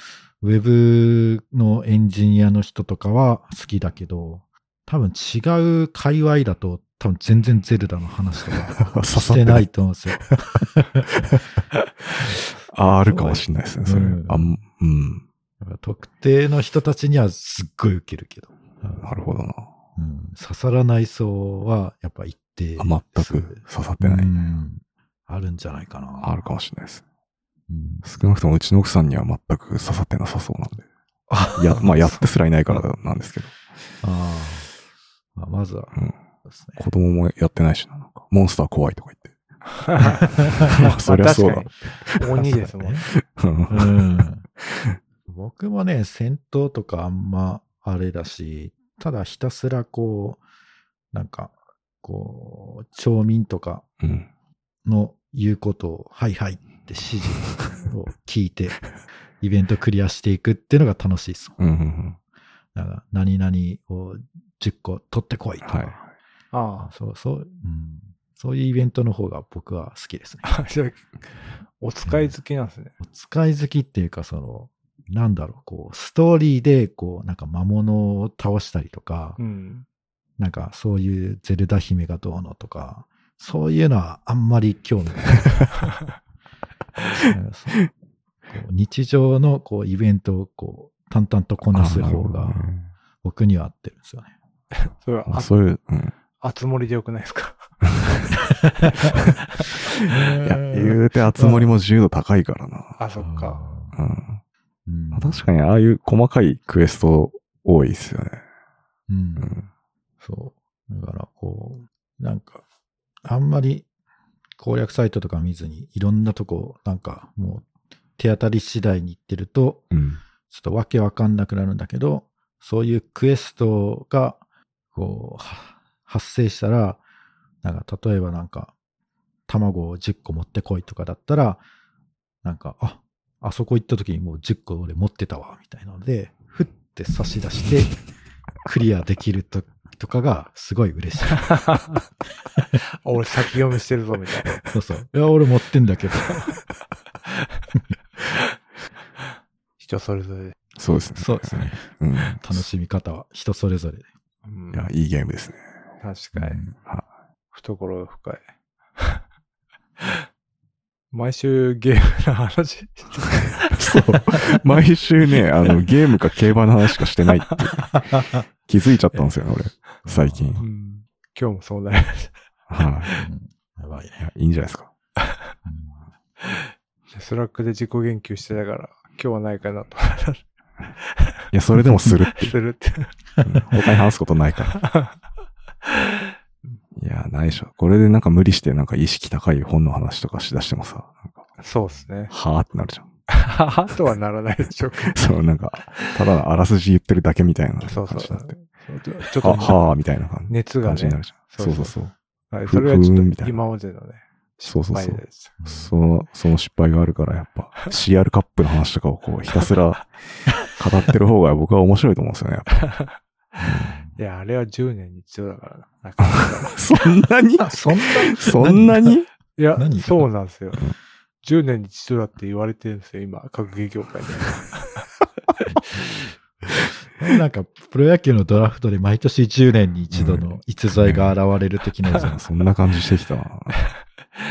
Speaker 2: ウェブのエンジニアの人とかは好きだけど、多分違う界隈だと、多分全然ゼルダの話とか
Speaker 3: 刺
Speaker 2: してない。と思うんです よ。
Speaker 3: あー、あるかもしれないですね、それ。
Speaker 2: うん
Speaker 3: あん、うん。
Speaker 2: だから特定の人たちにはすっごいウケるけど、
Speaker 3: なるほど
Speaker 2: う
Speaker 3: な。
Speaker 2: ん刺さらない層はやっぱ一定
Speaker 3: あ全
Speaker 2: 数
Speaker 3: く刺さってな
Speaker 2: う
Speaker 3: い。
Speaker 2: んあるんじゃないかな。
Speaker 3: あるかもしれないです。
Speaker 2: うん
Speaker 3: 少なくともうちの奥さんには全く刺さってなさそう なんで。
Speaker 2: あ
Speaker 3: いや、まあ、やってすらいないからなんですけど。
Speaker 2: あーまあ、まずは、
Speaker 3: うん
Speaker 2: そうですね。
Speaker 3: 子供もやってないしな、なんか。モンスター怖いとか言って。 まあ、そりゃそうだ。
Speaker 1: 確かに鬼 です もんね。
Speaker 3: うん
Speaker 2: うん。僕もね、戦闘とかあんまあれだし、ただひたすらこう、なんか、こう、町民とか
Speaker 3: うん。
Speaker 2: の言うことを、はいはいって指示を聞い て、イベントクリアしていくっていうのが楽しいですもん。
Speaker 3: うんうんうん。
Speaker 2: なんか何々を10個取ってこいとか、
Speaker 3: はい。
Speaker 1: あ
Speaker 2: そうそう、うん、そういうイベントの方が僕は好きですね。
Speaker 1: あ。じゃあお使い好きなんですね。
Speaker 2: お使い好きっていうか、その、なんだろう、こう、ストーリーで、こう、なんか魔物を倒したりとか、
Speaker 1: うん。
Speaker 2: なんかそういうゼルダ姫がどうのとか、そういうのはあんまり興味な い。なんかそうこう日常のこうイベントをこう淡々とこなす
Speaker 3: あなる
Speaker 2: 方
Speaker 3: ほど
Speaker 2: が
Speaker 3: ね
Speaker 2: 僕には合ってるんですよね。
Speaker 1: それは
Speaker 3: まあ、
Speaker 1: あ、
Speaker 3: そういう、うん。
Speaker 1: あつ森でよくないですか。
Speaker 3: いや、言うて、あつ森も自由度高いからな。
Speaker 1: あ、そっか。
Speaker 3: うん。
Speaker 2: うん。
Speaker 3: まあ確かに、ああいう細かいクエスト多いですよね。
Speaker 2: うん
Speaker 3: う。ん。
Speaker 2: そう。だから、こう、なんか、あんまり攻略サイトとか見ずに、いろんなとこ、なんか、もう、手当たり次第に行ってると、
Speaker 3: うん。
Speaker 2: ちょっとわけわかんなくなるんだけど、そういうクエストが、こう、は発生したら、なんか、例えばなんか、卵を10個持ってこいとかだったら、なんか、あ、あそこ行った時にもう10個俺持ってたわ、みたいなので、ふって差し出して、クリアできると、とかがすごい嬉しい。
Speaker 1: 俺先読みしてるぞ、みたいな。
Speaker 2: そうそう。いや、俺持ってんだけど。
Speaker 1: 人それぞれで。
Speaker 3: そうですね。
Speaker 2: そうですね。
Speaker 3: うん。い
Speaker 2: 楽しみ方は人それ ぞれで。
Speaker 1: うん
Speaker 3: や、いいゲームですね。
Speaker 1: 確か
Speaker 2: う
Speaker 1: に。
Speaker 2: ん
Speaker 1: 懐が深い。 毎週ゲームの話。
Speaker 3: そう。毎週ね、あの、ゲームか競馬の話しかしてないって気づいちゃったんですよね、俺。最近。
Speaker 1: うん今日もそうなりました
Speaker 3: はい、
Speaker 2: やばいね。
Speaker 3: いや、いいんじゃないですか。
Speaker 1: スラックで自己言及してたから、今日はないかなと。
Speaker 3: いや、それでもする。
Speaker 1: するって。
Speaker 3: うん他に話すことないから。 いや、ないでしょ。これでなんか無理してなんか意識高い本の話とかしだしてもさ、なんか
Speaker 1: そうですね。
Speaker 3: はぁってなるじゃん。
Speaker 1: は ぁとはならないでしょうか。
Speaker 3: そう、なんか、ただのあらすじ言ってるだけみたいな
Speaker 1: そう
Speaker 3: 感
Speaker 1: そう
Speaker 3: じになって。
Speaker 1: ちょちょっ
Speaker 3: あ、
Speaker 1: と、
Speaker 3: はぁみたいな感じ
Speaker 1: 熱が
Speaker 3: 感じ
Speaker 1: ね
Speaker 3: にな、るじゃん。そうそうそう。
Speaker 1: はい
Speaker 3: ふ
Speaker 1: それはち
Speaker 3: ふーん
Speaker 1: ょっ
Speaker 3: み
Speaker 1: と
Speaker 3: たいな
Speaker 1: 今までのね、
Speaker 3: そうそうそう
Speaker 1: 失敗です
Speaker 3: その、その失敗があるから、やっぱ、CR カップの話とかをこう、ひたすら、語ってる方が僕は面白いと思うんですよね。やっぱ
Speaker 1: いや、あれは10年に一度だからな。なかなか
Speaker 3: そんなに
Speaker 2: そんな、
Speaker 3: そんなに
Speaker 1: いや
Speaker 2: 何、
Speaker 1: そうなんですよ。10年に一度だって言われてるんですよ、今、格ゲー業界で。
Speaker 2: なんか、プロ野球のドラフトで毎年10年に一度の逸材が現れる的なやつ。
Speaker 3: そんな感じしてきたな。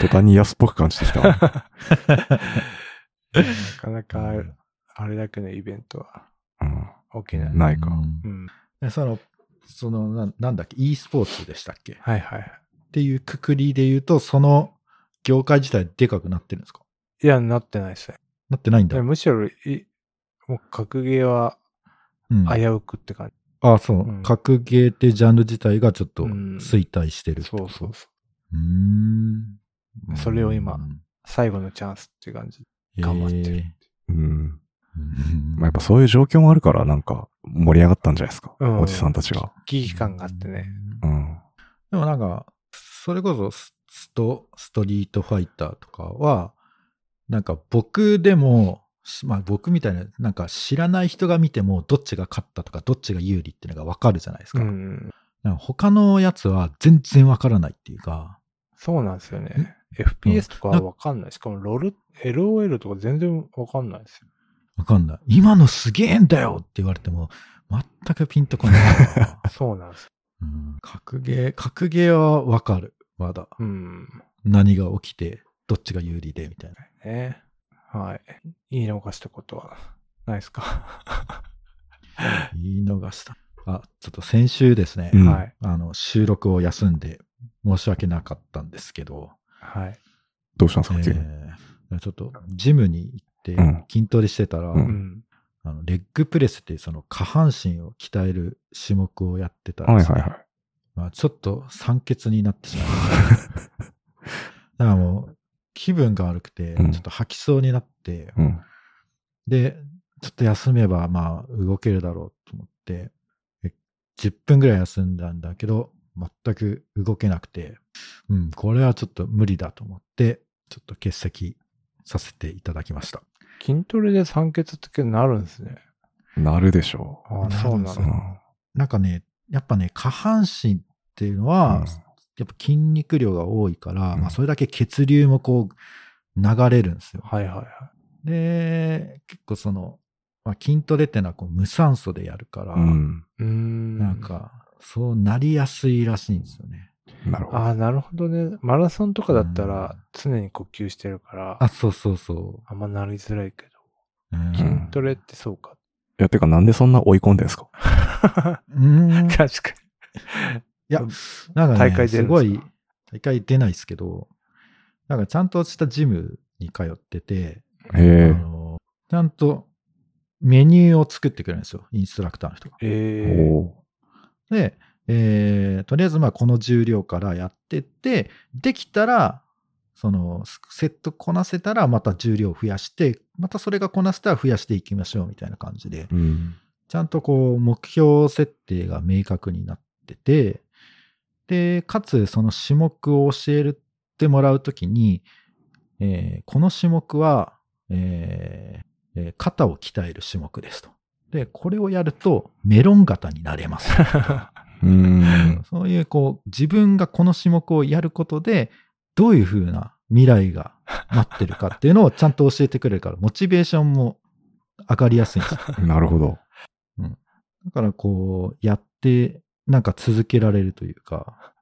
Speaker 3: 途端に安っぽく感じてきたな。
Speaker 1: なかなか、あれだけのイベントは
Speaker 3: うん
Speaker 1: 起きない。
Speaker 3: ないか。
Speaker 2: うん
Speaker 1: うん。
Speaker 2: でその、そのな、なんだっけ、e スポーツでしたっけっ
Speaker 1: はいはい。
Speaker 2: ていうくくりで言うと、その業界自体でかくなってるんですか
Speaker 1: いや、なってないですね。
Speaker 2: なってないんだ。
Speaker 1: でむしろい、もう格ゲーは
Speaker 2: うん
Speaker 1: 危うくって感じ。
Speaker 2: あ、そう、
Speaker 1: うん
Speaker 2: 格ゲーってジャンル自体がちょっと
Speaker 1: うん
Speaker 2: 衰退してるってこ
Speaker 1: そ
Speaker 2: と。
Speaker 1: うそうそう。
Speaker 2: うーん。
Speaker 1: それを今
Speaker 2: うん
Speaker 1: 最後のチャンスって感じ。頑張ってる
Speaker 2: へ
Speaker 3: うん。
Speaker 2: ー
Speaker 3: まあ、やっぱそういう状況もあるから、なんか盛り上がったんじゃないですか。
Speaker 1: うん
Speaker 3: おじさんたちが。
Speaker 1: 危機感があってね。。
Speaker 3: うん。
Speaker 2: でもなんか、それこそススト、ストリートファイターとかは、なんか僕でも、しまあ僕みたいな、なんか知らない人が見ても、どっちが勝ったとか、どっちが有利っていうのがわかるじゃないです
Speaker 1: う
Speaker 2: か。
Speaker 1: ん。
Speaker 2: なんか他のやつは全然わからないっていうか、
Speaker 1: そうなんですよね。FPS とかはわかんない。しかも、ロル、LOL とか全然わかんないですよ。
Speaker 2: わかんない。今のすげえんだよって言われても、全くピンとこない から。
Speaker 1: そうなんです。
Speaker 2: うん格ゲー、格ゲーはわかる。まだ。
Speaker 1: うん。
Speaker 2: 何が起きて、どっちが有利で、みたいな。
Speaker 1: ね。はい。いいのかしたことはないですか。
Speaker 2: 言い逃した。あ、ちょっと先週ですね、
Speaker 3: うん
Speaker 1: はい。
Speaker 2: あの、収録を休んで、申し訳なかったんですけど、
Speaker 1: はい。
Speaker 3: どうしたんです
Speaker 2: え
Speaker 3: か、急に
Speaker 2: ーちょっと、ジムに行って
Speaker 3: うん、
Speaker 2: 筋トレしてたら、
Speaker 3: う
Speaker 1: うん。
Speaker 2: あのレッグプレスっていうその下半身を鍛える種目をやってたら
Speaker 3: は
Speaker 2: で
Speaker 3: い
Speaker 2: すね、
Speaker 3: はいはい。
Speaker 2: まあ、ちょっと酸欠になってしまいました。 だからもう、気分が悪くて、ちょ
Speaker 3: うん
Speaker 2: っと吐きそうになって、
Speaker 3: うん。
Speaker 2: で、ちょっと休めば、まあ、動けるだろうと思って、え10分ぐらい休んだんだけど、全く動けなくて、うん、これはちょっと無理だと思って、ちょっと欠席させていただきました。
Speaker 1: 筋トレで酸欠ってなるんですね。
Speaker 3: なるでしょ
Speaker 1: ああ、
Speaker 2: な
Speaker 1: そ
Speaker 2: る
Speaker 1: うん
Speaker 2: で
Speaker 1: な
Speaker 2: す
Speaker 1: ん
Speaker 3: う。う
Speaker 2: よ
Speaker 1: だ。
Speaker 3: ん。
Speaker 2: なんかね、やっぱね、下半身っていうのは、
Speaker 3: うん
Speaker 2: やっぱ筋肉量が多いから、
Speaker 3: うん
Speaker 2: まあ、それだけ血流もこう、流れるんですよ。
Speaker 1: はいはいはい。
Speaker 2: で、結構その、まあ、筋トレってのはこう無酸素でやるから、
Speaker 3: うん。
Speaker 1: うーん。
Speaker 2: なん。か、そうなりやすいらしいんですよね。
Speaker 3: なるほ
Speaker 1: あ
Speaker 3: ど。
Speaker 1: あ、なるほどね。マラソンとかだった
Speaker 2: う
Speaker 1: ら常に呼吸してるから、
Speaker 2: あ、そうそうそ
Speaker 1: あんまなりづらいけど。
Speaker 2: う。うん
Speaker 3: 筋
Speaker 1: 筋トレってそうか。
Speaker 3: いや、てかなんでそんな追い込んでんですか
Speaker 2: うん。い
Speaker 1: 確か
Speaker 2: や、なんかね、
Speaker 1: 大会出
Speaker 2: す
Speaker 1: るんですか
Speaker 2: ごい、大会出ないですけど、なんかちゃんとしたジムに通ってて、あ
Speaker 3: へえ。
Speaker 2: のちゃんとメニューを作ってくれるんですよ、インストラクターの人が。
Speaker 1: に。ええ
Speaker 3: おー
Speaker 2: で、えーとりあえずまあこの重量からやってって、できたら、そのセットこなせたらまた重量を増やして、またそれがこなせたら増やしていきましょうみたいな感じで、
Speaker 3: うん。
Speaker 2: ちゃんとこう目標設定が明確になってて、で、かつその種目を教えてもらうときに、えーこの種目は、えーえー肩を鍛える種目ですと。で、これをやるとメロン型になれます。
Speaker 3: うん。
Speaker 2: そういうこう自分がこの種目をやることでどういうふうな未来 が待ってるかっていうのをちゃんと教えてくれるからモチベーションも上がりやす いんですよ。
Speaker 3: なるほど。
Speaker 2: だからこうやってなんか続けられるというか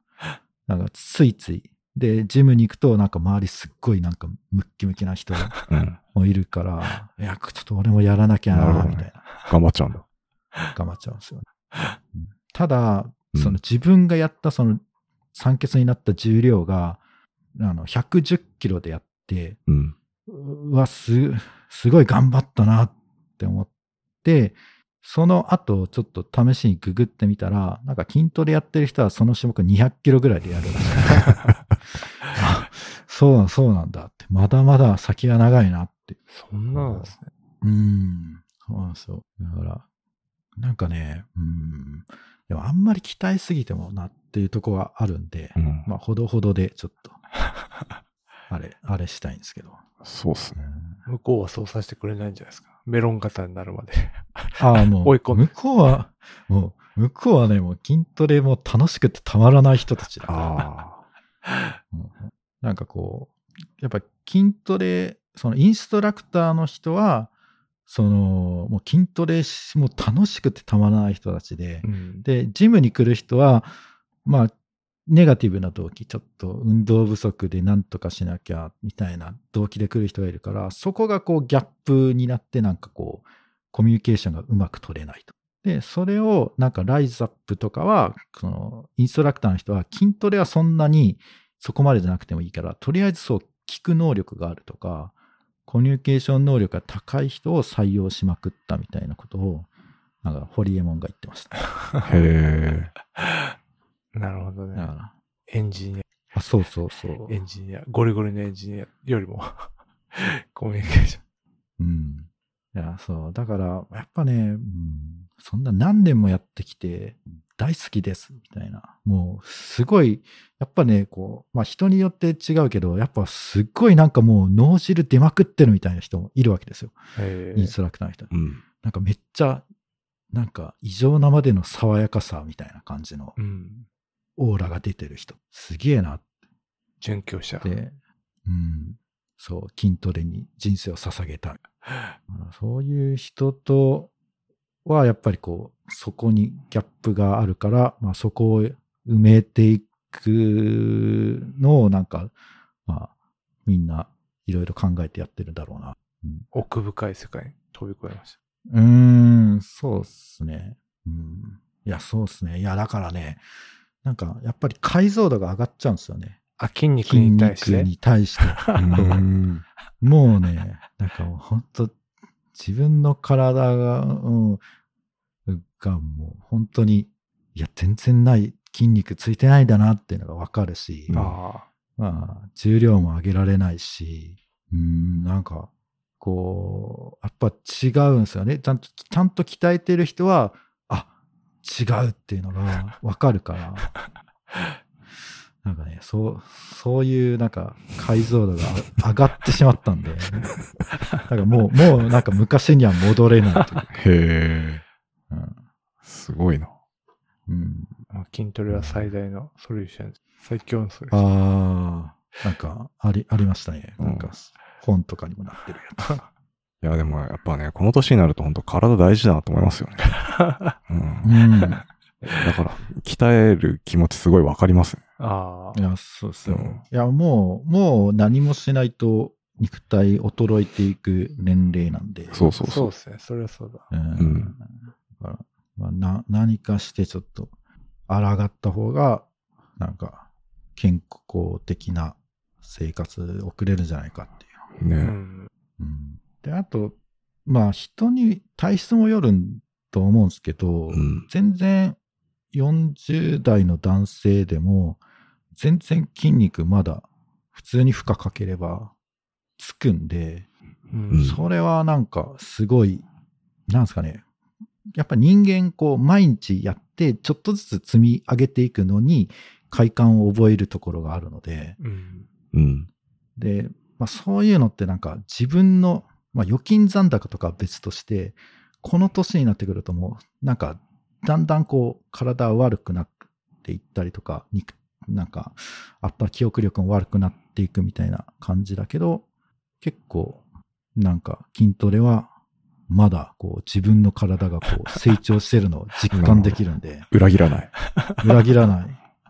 Speaker 2: なんかついついでジムに行くとなんか周りすっごいなんかムッキムキな人
Speaker 3: うん。
Speaker 2: もいるから いやちょっと俺もやらなきゃ
Speaker 3: なるほ
Speaker 2: な
Speaker 3: どね
Speaker 2: みたいな
Speaker 3: 頑張っちゃうんだ。
Speaker 2: 頑張っちゃうんですよね。うんただ、
Speaker 3: うん
Speaker 2: その自分がやったその酸欠になった重量が、あの、110キロでやって、
Speaker 3: うん。
Speaker 2: うわ、す、すごい頑張ったなって思って、その後、ちょっと試しにググってみたら、なんか筋トレやってる人はその種目200キロぐらいでやるらしい。 あそうなん、そうなんだって。まだまだ先が長いなって
Speaker 1: そんなのですね。
Speaker 2: うん。そうなんですよ。だから、なんかね、うん。でもあんまり期待すぎてもなっていうとこはあるんで
Speaker 3: う、ん
Speaker 2: まあ、ほどほどでちょっと、あれ、あれしたいんですけど。
Speaker 3: そうっすね。
Speaker 1: 向こうはそうさせてくれないんじゃないですか。メロン型になるまで。
Speaker 2: ああ、もう、
Speaker 1: 追い込んで
Speaker 2: 向こうは、もう、向こうはね、もう筋トレも楽しくてたまらない人たちだから
Speaker 3: あ
Speaker 2: なんかこう、やっぱ筋トレ、そのインストラクターの人は、その、もう筋トレし、もう楽しくてたまらない人たちで、
Speaker 1: うん。
Speaker 2: で、ジムに来る人は、まあ、ネガティブな動機、ちょっと運動不足でなんとかしなきゃみたいな動機で来る人がいるから、そこがこうギャップになって、なんかこう、コミュニケーションがうまく取れないと。で、それをなんかライズアップとかは、そのインストラクターの人は筋トレはそんなにそこまでじゃなくてもいいから、とりあえずそう聞く能力があるとか、コミュニケーション能力が高い人を採用しまくったみたいなことを、なんかホリエモンが言ってまし た。
Speaker 3: あ。へ
Speaker 1: なるほど
Speaker 2: だ
Speaker 1: ね
Speaker 2: か。ら
Speaker 1: エンジニ
Speaker 2: あ、そうそうそう
Speaker 1: ア、エ。ンジニア、ゴリゴリのエンジニアよりも、 コミュニケーション。
Speaker 2: うん。いや、そう。だから、やっぱね、うん、そんな何年もやってきて、大好きです、みたいな。もう、すごい、やっぱね、こう、まあ人によって違うけど、やっぱすっごいなんかもう脳汁出まくってるみたいな人もいるわけですよ。
Speaker 1: え
Speaker 2: インストラクターの人。
Speaker 3: え。うん。
Speaker 2: なんかめっちゃ、なんか異常なまでの爽やかさみたいな感じの
Speaker 1: うん。
Speaker 2: オーラが出てる人。すげえなっ
Speaker 1: 殉教者。
Speaker 2: て、うん、そう、筋トレに人生を捧げた。そういう人とは、やっぱりこう、そこにギャップがあるから、まあ、そこを埋めていくのを、なんか、まあ、みんないろいろ考えてやってるんだろうな。
Speaker 1: 奥深い世界に飛び越えまし
Speaker 2: うーん、そうっすね。うん。いや、そうっすね。いや、だからね、なんか、やっぱり解像度が上がっちゃうんですよね。
Speaker 1: た。あ、筋肉
Speaker 2: 筋
Speaker 1: に対し
Speaker 2: 肉
Speaker 1: て。
Speaker 2: に対して。
Speaker 3: うん
Speaker 2: もうね、なんかもう本当自分の体が、うん、がもう本当に、いや、全然ない、筋肉ついてないんだなっていうのがわかるし、
Speaker 3: うん
Speaker 1: あ
Speaker 2: まあ、重量も上げられないし、うん、なんか、こう、やっぱ違うんですよね。ちゃんと、ちゃんと鍛えてる人は、あ、違うっていうのがわかるから、なんかね、そう、そういうなんか解像度が上がってしまったんで、なんかもう、もうなんか昔には戻れないという
Speaker 3: へえ。
Speaker 2: うん
Speaker 3: すごいな。
Speaker 2: うん
Speaker 1: あ。まあ筋トレは最大のソリューションです。最強のソリューション。
Speaker 2: ああ、なんか、あり、ありましたね。なん
Speaker 3: う
Speaker 2: か、本とかにもなってるやつ。
Speaker 3: いや、でもやっぱね、この年になると本当体大事だなと思いますよね。 うん
Speaker 2: うん。
Speaker 3: だから、鍛える気持ちすごいわかりますね。
Speaker 1: あ
Speaker 2: いや、そうですよ。
Speaker 3: うん
Speaker 2: いや、もう、もう何もしないと肉体衰えていく年齢なんで。
Speaker 3: そう
Speaker 1: あ。
Speaker 3: そ
Speaker 1: そ
Speaker 3: うそうう
Speaker 1: で。すね。それはそうだ。
Speaker 2: うん。
Speaker 3: うん
Speaker 2: だから、まあ、な、何かしてちょっと、抗った方が、なんか、健康的な生活送れるんじゃないかっていう。
Speaker 1: う
Speaker 3: ね
Speaker 1: ん。
Speaker 2: うん。で、あと、まあ、人に体質もよると思うんですけど、
Speaker 3: うん。
Speaker 2: 全然40代の男性でも全然筋肉まだ普通に負荷かければつくんで、
Speaker 1: うん
Speaker 3: ん
Speaker 2: それはなんかすごい、なんですかね。やっぱ人間こう毎日やってちょっとずつ積み上げていくのに快感を覚えるところがあるので、
Speaker 1: うん。
Speaker 3: うん。
Speaker 2: で、まあ、そういうのってなんか自分の、まあ、預金残高とかは別として、この年になってくるともう、なんか、だんだんこう、体は悪くなっていったりとか、肉、なんか、あった記憶力も悪くなっていくみたいな感じだけど、結構、なんか、筋トレは、まだ、こう、自分の体がこう、成長してるのを実感できるんで。
Speaker 3: 裏切らない。
Speaker 2: 裏切らない。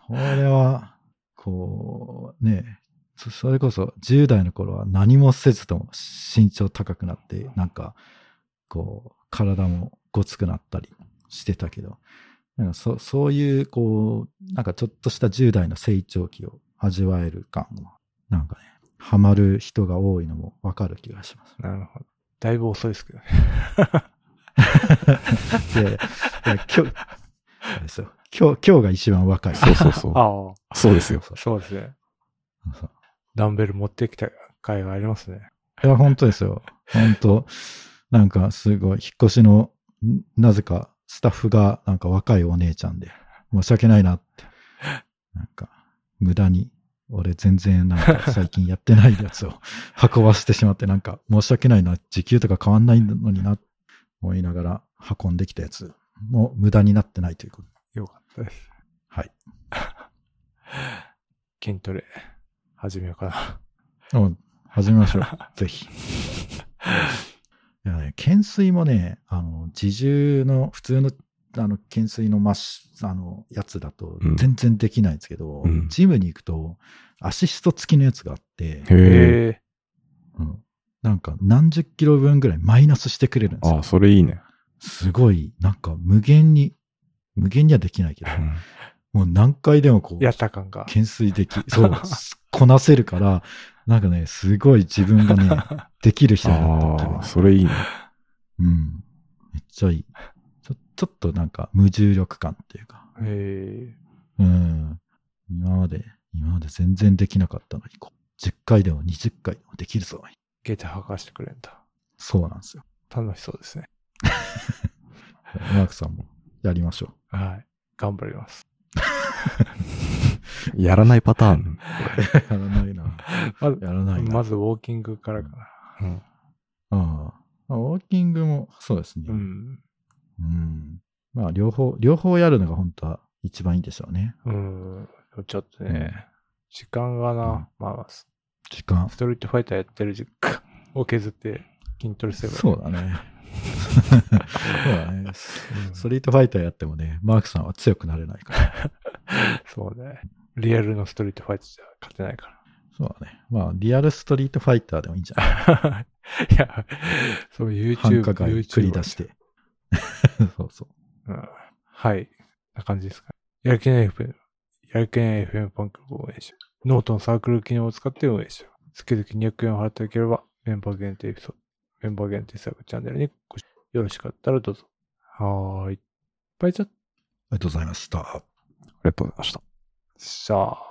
Speaker 2: これは、こう、ね、そそれこそ10代の頃は何もせずとも身長高くなって、なんか、こう、体もごつくなったりしてたけど、なんかそそういう、こう、なんかちょっとした10代の成長期を味わえる感も、なんかね、ハマる人が多いのもわかる気がします。
Speaker 1: なるほど。だいぶ遅いですけどね。
Speaker 2: で、いや 今日、あれですよ今日、今日が一番若い。
Speaker 3: そうそう そう。
Speaker 1: あ
Speaker 3: そうですよ。
Speaker 1: あ。そうですね。
Speaker 2: そう
Speaker 1: ダンベル持ってきた回がありますね。
Speaker 2: いや、本当ですよ。本当なんかすごい、引っ越しの、んなぜかスタッフがなんか若いお姉ちゃんで、申し訳ないなって。なんか、無駄に俺全然なんか最近やってない やつを運ばしてしまってなんか申し訳ないな、時給とか変わんないのにな、思いながら運んできたやつも無駄になってないということ。
Speaker 1: よかったです。
Speaker 2: はい。
Speaker 1: 筋トレ、始めようかな。
Speaker 2: うん始めまし ょう。ぜひ。いやね、懸垂もね、あの、自重の、普通の、あの、懸垂のマシ、あの、やつだと
Speaker 3: うん、
Speaker 2: 全然できないんですけど、
Speaker 3: うん
Speaker 2: ジムに行くと、アシスト付きのやつがあって、
Speaker 3: へえ。
Speaker 1: へえ。
Speaker 2: うんなんか、何十キロ分ぐらいマイナスしてくれるんです
Speaker 3: あ
Speaker 2: よ
Speaker 3: あ、。それいいね。
Speaker 2: すごい、なんか、無限に、無限にはできないけど、
Speaker 3: うん
Speaker 2: もう何回でもこう、
Speaker 1: やった感が。
Speaker 2: 懸垂でき、そう、すこなせるから、なんかね、すごい自分がね、 できる人になったっていう
Speaker 3: ああ、それいいね。
Speaker 2: うん。めっちゃいい。ちょちょっとなんか無重力感っていうか、
Speaker 1: へえ。
Speaker 2: うん。今まで、今まで全然できなかったのに、こう、10回でも20回でもできるぞ。
Speaker 1: ゲタ吐かしてくれんだ。
Speaker 2: そうなんですよ。
Speaker 1: 楽しそうですね。
Speaker 2: マークさんもやりましょ
Speaker 1: はい。頑張ります。
Speaker 3: やらないパター
Speaker 2: う。
Speaker 3: ン。
Speaker 2: やらないな。
Speaker 1: まず、
Speaker 2: やらないな。
Speaker 1: まずウォーキングからかな。
Speaker 2: ああ。ウォーキングも、そうですね。
Speaker 1: う。ん。
Speaker 2: うんまあ、両方、両方やるのが本当は一番いいでしょうね。
Speaker 1: うん。ちょっと
Speaker 2: うん
Speaker 1: ね、時間がな、まあまあ、ス
Speaker 2: 時間。
Speaker 1: トリートファイターやってる時間を削って筋トレすればいい。
Speaker 2: そうだね。そうだね。
Speaker 1: うん
Speaker 2: ストリートファイターやってもね、マークさんは強くなれないから。
Speaker 1: そうね。リアルのストリートファイターじゃ勝てないから。
Speaker 2: そうだね。まあ、リアルストリートファイターでもいいんじゃない
Speaker 1: いや、そう、
Speaker 2: 繁
Speaker 1: YouTube、
Speaker 2: 華街
Speaker 1: YouTube
Speaker 2: 繰り出して。 そうそう。
Speaker 1: うんはい。な感じですか、ね。やる気ない FM、やる気ない FM パンクを応援しよう。ノートのサークル機能を使って運営しよう。月々200円を払っていければ、メンバー限定エピソード、メンバー限定サークルチャンネルにご視聴よろしかったらどうぞ。はーい。バイチャッ
Speaker 2: ありがとうございました。
Speaker 3: ありがとうございました。
Speaker 1: シャー。